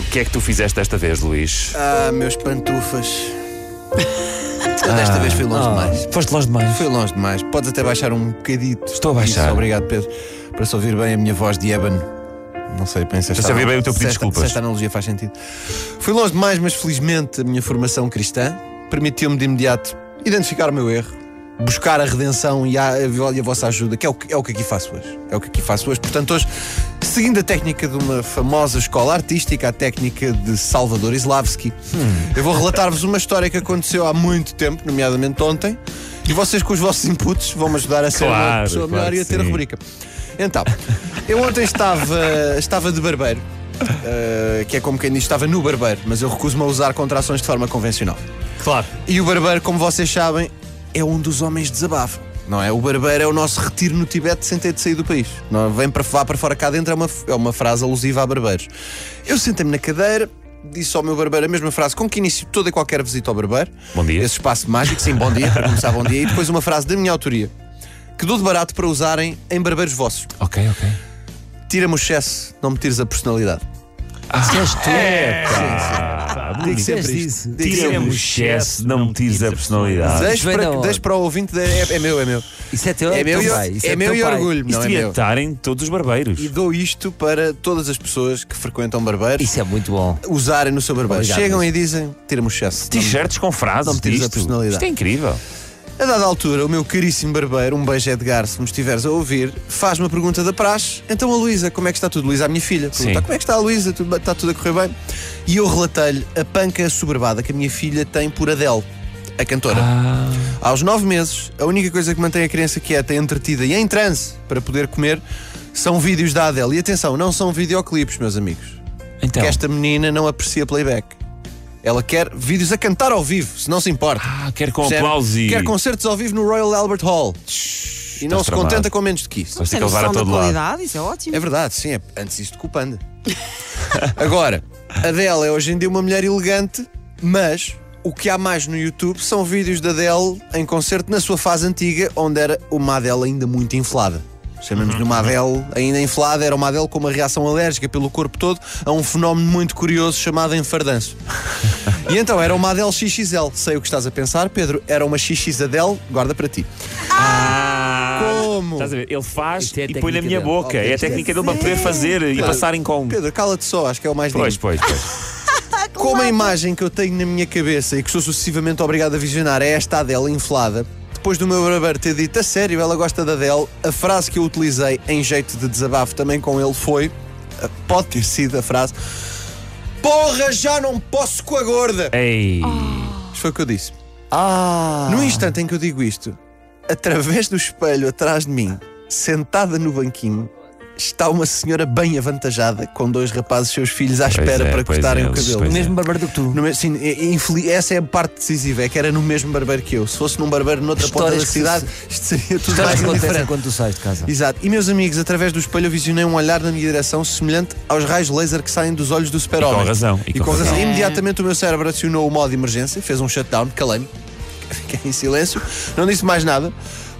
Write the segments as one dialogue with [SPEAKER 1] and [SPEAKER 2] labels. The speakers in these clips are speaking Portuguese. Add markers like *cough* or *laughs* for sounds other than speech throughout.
[SPEAKER 1] O que é que tu fizeste desta vez, Luís?
[SPEAKER 2] Ah, meus pantufas. Eu desta vez fui longe demais.
[SPEAKER 1] Ah. Foste longe demais.
[SPEAKER 2] Fui longe demais. Podes até baixar um bocadito.
[SPEAKER 1] Estou a baixar.
[SPEAKER 2] Isso, obrigado, Pedro. Para se ouvir bem a minha voz de ébano. Não sei, pensa
[SPEAKER 1] Para se ouvir bem o teu pedido de desculpas.
[SPEAKER 2] Se esta analogia faz sentido. Fui longe demais, mas felizmente a minha formação cristã permitiu-me de imediato identificar o meu erro, buscar a redenção e a, e a vossa ajuda, que é, o que é o que aqui faço hoje. É o que aqui faço hoje. Portanto, hoje, seguindo a técnica de uma famosa escola artística, a técnica de Salvador Islavski,
[SPEAKER 1] Hum.
[SPEAKER 2] eu vou relatar-vos uma história que aconteceu há muito tempo, nomeadamente ontem, e vocês com os vossos inputs vão-me ajudar a ser é uma
[SPEAKER 1] Claro,
[SPEAKER 2] pessoa melhor
[SPEAKER 1] claro
[SPEAKER 2] e a
[SPEAKER 1] que
[SPEAKER 2] ter a
[SPEAKER 1] sim.
[SPEAKER 2] rubrica. Então, eu ontem estava, estava de barbeiro, eh, que é como quem diz, estava no barbeiro, mas eu recuso-me a usar contrações de forma convencional.
[SPEAKER 1] Claro.
[SPEAKER 2] E o barbeiro, como vocês sabem, é um dos homens de desabafo. Não é? O barbeiro é o nosso retiro no Tibete sem ter de sair do país. Não é? Vem para vá para fora cá dentro é uma, é uma frase alusiva a barbeiros. Eu sentei-me na cadeira, disse ao meu barbeiro a mesma frase com que inicio toda e qualquer visita ao barbeiro.
[SPEAKER 1] Bom dia.
[SPEAKER 2] Esse espaço mágico, sim, bom dia, para começar bom dia. E depois uma frase da minha autoria, que dou de barato para usarem em barbeiros vossos.
[SPEAKER 1] Ok, ok.
[SPEAKER 2] Tira-me o excesso, não me tires a personalidade.
[SPEAKER 1] É,
[SPEAKER 2] Digo sempre
[SPEAKER 3] disseste
[SPEAKER 2] isto.
[SPEAKER 3] isso.
[SPEAKER 2] Digo sempre
[SPEAKER 1] Tira-me o
[SPEAKER 2] isto.
[SPEAKER 1] excesso, não me tires a personalidade.
[SPEAKER 2] Deixo
[SPEAKER 3] Ah, Vem da
[SPEAKER 2] para,
[SPEAKER 3] hora.
[SPEAKER 2] deixo para o ouvinte, da- é, é meu, é meu.
[SPEAKER 3] Isso é teu,
[SPEAKER 2] É meu,
[SPEAKER 3] teu
[SPEAKER 2] e-
[SPEAKER 3] pai,
[SPEAKER 2] é
[SPEAKER 3] isso é
[SPEAKER 2] meu
[SPEAKER 3] teu
[SPEAKER 2] e
[SPEAKER 3] pai.
[SPEAKER 2] orgulho,
[SPEAKER 1] Isso
[SPEAKER 2] não é
[SPEAKER 1] devia
[SPEAKER 2] meu.
[SPEAKER 1] estar em todos os
[SPEAKER 2] E
[SPEAKER 1] barbeiros.
[SPEAKER 2] dou isto para todas as pessoas que frequentam barbeiros
[SPEAKER 3] Isso é muito bom.
[SPEAKER 2] usarem no seu barbeiro.
[SPEAKER 3] Obrigado,
[SPEAKER 2] Chegam e dizem, tira-me o excesso.
[SPEAKER 1] T-shirts com
[SPEAKER 2] não
[SPEAKER 1] frases
[SPEAKER 2] me tires a
[SPEAKER 1] disto.
[SPEAKER 2] personalidade.
[SPEAKER 1] Isto é incrível.
[SPEAKER 2] A dada altura, o meu caríssimo barbeiro, um beijo Edgar, se me estiveres a ouvir, faz me a pergunta da praxe. Então a Luísa, como é que está tudo? Luísa, a minha filha. Pergunta,
[SPEAKER 1] Sim.
[SPEAKER 2] como é que está a Luísa? Tudo bem? Está tudo a correr bem? E eu relatei-lhe a panca soberbada que a minha filha tem por Adele, a cantora.
[SPEAKER 3] Ah.
[SPEAKER 2] Aos nove meses, a única coisa que mantém a criança quieta, entretida e em transe para poder comer são vídeos da Adele. E atenção, não são videoclipes, meus amigos.
[SPEAKER 1] Então.
[SPEAKER 2] Que esta menina não aprecia playback. Ela quer vídeos a cantar ao vivo, se não se importa.
[SPEAKER 1] Ah, quero com
[SPEAKER 2] Percebe?
[SPEAKER 1] aplausos e.
[SPEAKER 2] Quer concertos ao vivo no Royal Albert Hall. E não se
[SPEAKER 1] tramado.
[SPEAKER 2] contenta com menos do que isso.
[SPEAKER 1] Vais ter que levar a todo lado.
[SPEAKER 4] isso é ótimo.
[SPEAKER 2] É verdade, sim, é antes isto que o panda. *laughs* Agora, Adele é hoje em dia uma mulher elegante, mas o que há mais no YouTube são vídeos da Adele em concerto na sua fase antiga, onde era uma Adele ainda muito inflada. Chamamos-lhe
[SPEAKER 1] Uhum.
[SPEAKER 2] uma Adele ainda inflada, era uma Adele com uma reação alérgica pelo corpo todo a um fenómeno muito curioso chamado enfardanço. E então era uma Adele XXL. Sei o que estás a pensar, Pedro. Era uma XX Adele, guarda para ti.
[SPEAKER 1] Ah!
[SPEAKER 2] Como?
[SPEAKER 1] Estás a ver? Ele faz
[SPEAKER 3] Isto é a
[SPEAKER 1] e põe na
[SPEAKER 3] técnica
[SPEAKER 1] minha
[SPEAKER 3] dele.
[SPEAKER 1] boca.
[SPEAKER 2] Ok,
[SPEAKER 1] É a
[SPEAKER 2] isto é-
[SPEAKER 1] técnica dele para poder fazer e passar em como.
[SPEAKER 2] Pedro, cala-te só, acho que é o mais
[SPEAKER 1] Pois,
[SPEAKER 2] digno.
[SPEAKER 1] pois, pois.
[SPEAKER 2] Como a imagem que eu tenho na minha cabeça e que sou sucessivamente obrigado a visionar é esta Adele inflada, depois do meu barbeiro ter dito a sério, ela gosta da Adele, a frase que eu utilizei em jeito de desabafo também com ele foi, pode ter sido a frase, Porra, já não posso com a gorda!
[SPEAKER 1] Ei.
[SPEAKER 2] Isto foi o que eu disse.
[SPEAKER 3] Ah,
[SPEAKER 2] No instante em que eu digo isto, através do espelho atrás de mim, sentada no banquinho, está uma senhora bem avantajada com dois rapazes seus filhos à espera
[SPEAKER 1] é,
[SPEAKER 2] para
[SPEAKER 1] pois
[SPEAKER 2] cortarem
[SPEAKER 1] é,
[SPEAKER 2] o
[SPEAKER 1] eles-
[SPEAKER 2] cabelo.
[SPEAKER 1] pois é.
[SPEAKER 3] mesmo barbeiro do que tu.
[SPEAKER 2] No meu- sim, é- é infeli- essa é a parte decisiva, é que era no mesmo barbeiro que eu. Se fosse num barbeiro noutra ponta da
[SPEAKER 3] Histórias que
[SPEAKER 2] cidade, isto seria tudo
[SPEAKER 3] Mas
[SPEAKER 2] mais
[SPEAKER 3] acontece
[SPEAKER 2] indiferente.
[SPEAKER 3] quando tu sais de casa.
[SPEAKER 2] Exato. E meus amigos, através do espelho eu visionei um olhar na minha direção semelhante aos raios laser que saem dos olhos do super-homem.
[SPEAKER 1] E com razão,
[SPEAKER 2] E com razão. Imediatamente o meu cérebro acionou o modo de emergência, fez um shutdown, calei-me, *laughs* fiquei em silêncio, não disse mais nada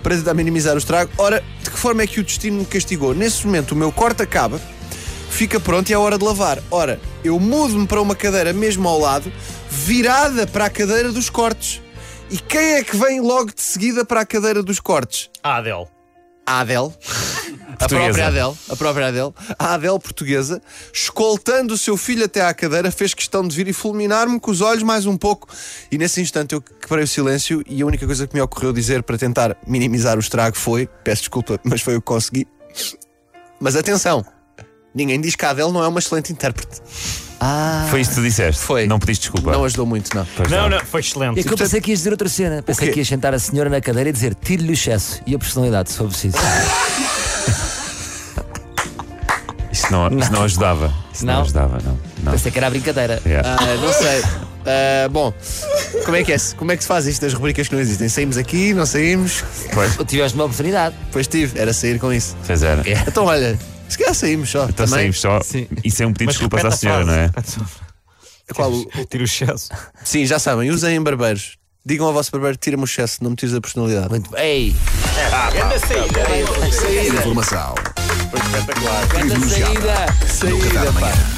[SPEAKER 2] para tentar minimizar o estrago. Ora, de que forma é que o destino me castigou? Nesse momento o meu corte acaba, fica pronto e é hora de lavar. Ora, eu mudo-me para uma cadeira mesmo ao lado, virada para a cadeira dos cortes. E quem é que vem logo de seguida para a cadeira dos cortes?
[SPEAKER 1] Ah, Adele.
[SPEAKER 2] a Adele, a
[SPEAKER 1] Portuguesa.
[SPEAKER 2] própria Adele, a própria Adele, a Adele portuguesa, escoltando o seu filho até à cadeira, fez questão de vir e fulminar-me com os olhos mais um pouco. E nesse instante eu quebrei o silêncio e a única coisa que me ocorreu dizer para tentar minimizar o estrago foi: peço desculpa, mas foi o que consegui. Mas atenção, ninguém diz que a Adele não é uma excelente intérprete.
[SPEAKER 1] Foi isto que tu disseste?
[SPEAKER 2] Foi.
[SPEAKER 1] Não pediste desculpa.
[SPEAKER 2] Não ajudou muito, não.
[SPEAKER 1] Pois
[SPEAKER 5] Não, não, foi excelente.
[SPEAKER 3] É que eu pensei que ias dizer outra cena. Pensei
[SPEAKER 2] quê?
[SPEAKER 3] que ias sentar a senhora na cadeira e dizer tire-lhe o excesso e a personalidade, se for preciso.
[SPEAKER 1] Isto não, isso não ajudava. Isso não,
[SPEAKER 3] Não? Então
[SPEAKER 1] ajudava, não. não.
[SPEAKER 3] Pensei que era a brincadeira.
[SPEAKER 1] Yeah.
[SPEAKER 2] Ah, não sei. Ah, bom, como é, que é, como é que se faz isto das rubricas que não existem? Saímos aqui, não saímos?
[SPEAKER 1] Pois,
[SPEAKER 3] Tiveste uma oportunidade.
[SPEAKER 2] Depois tive, era sair com isso.
[SPEAKER 1] pois era.
[SPEAKER 2] Então olha, se calhar saímos só.
[SPEAKER 1] Então
[SPEAKER 2] também.
[SPEAKER 1] saímos só.
[SPEAKER 6] Sim.
[SPEAKER 1] Isso é um pedido de desculpas à senhora, não é?
[SPEAKER 2] Qual o-
[SPEAKER 6] Tira o excesso.
[SPEAKER 2] Sim, já sabem, usem em barbeiros. Digam ao vosso barbeiro, tira-me o excesso, não me tires a personalidade.
[SPEAKER 3] Muito bem.
[SPEAKER 7] Informação
[SPEAKER 1] Espetacular.
[SPEAKER 3] Ei, grande
[SPEAKER 7] privilegiada
[SPEAKER 3] saída.
[SPEAKER 7] no Qatar amanhã.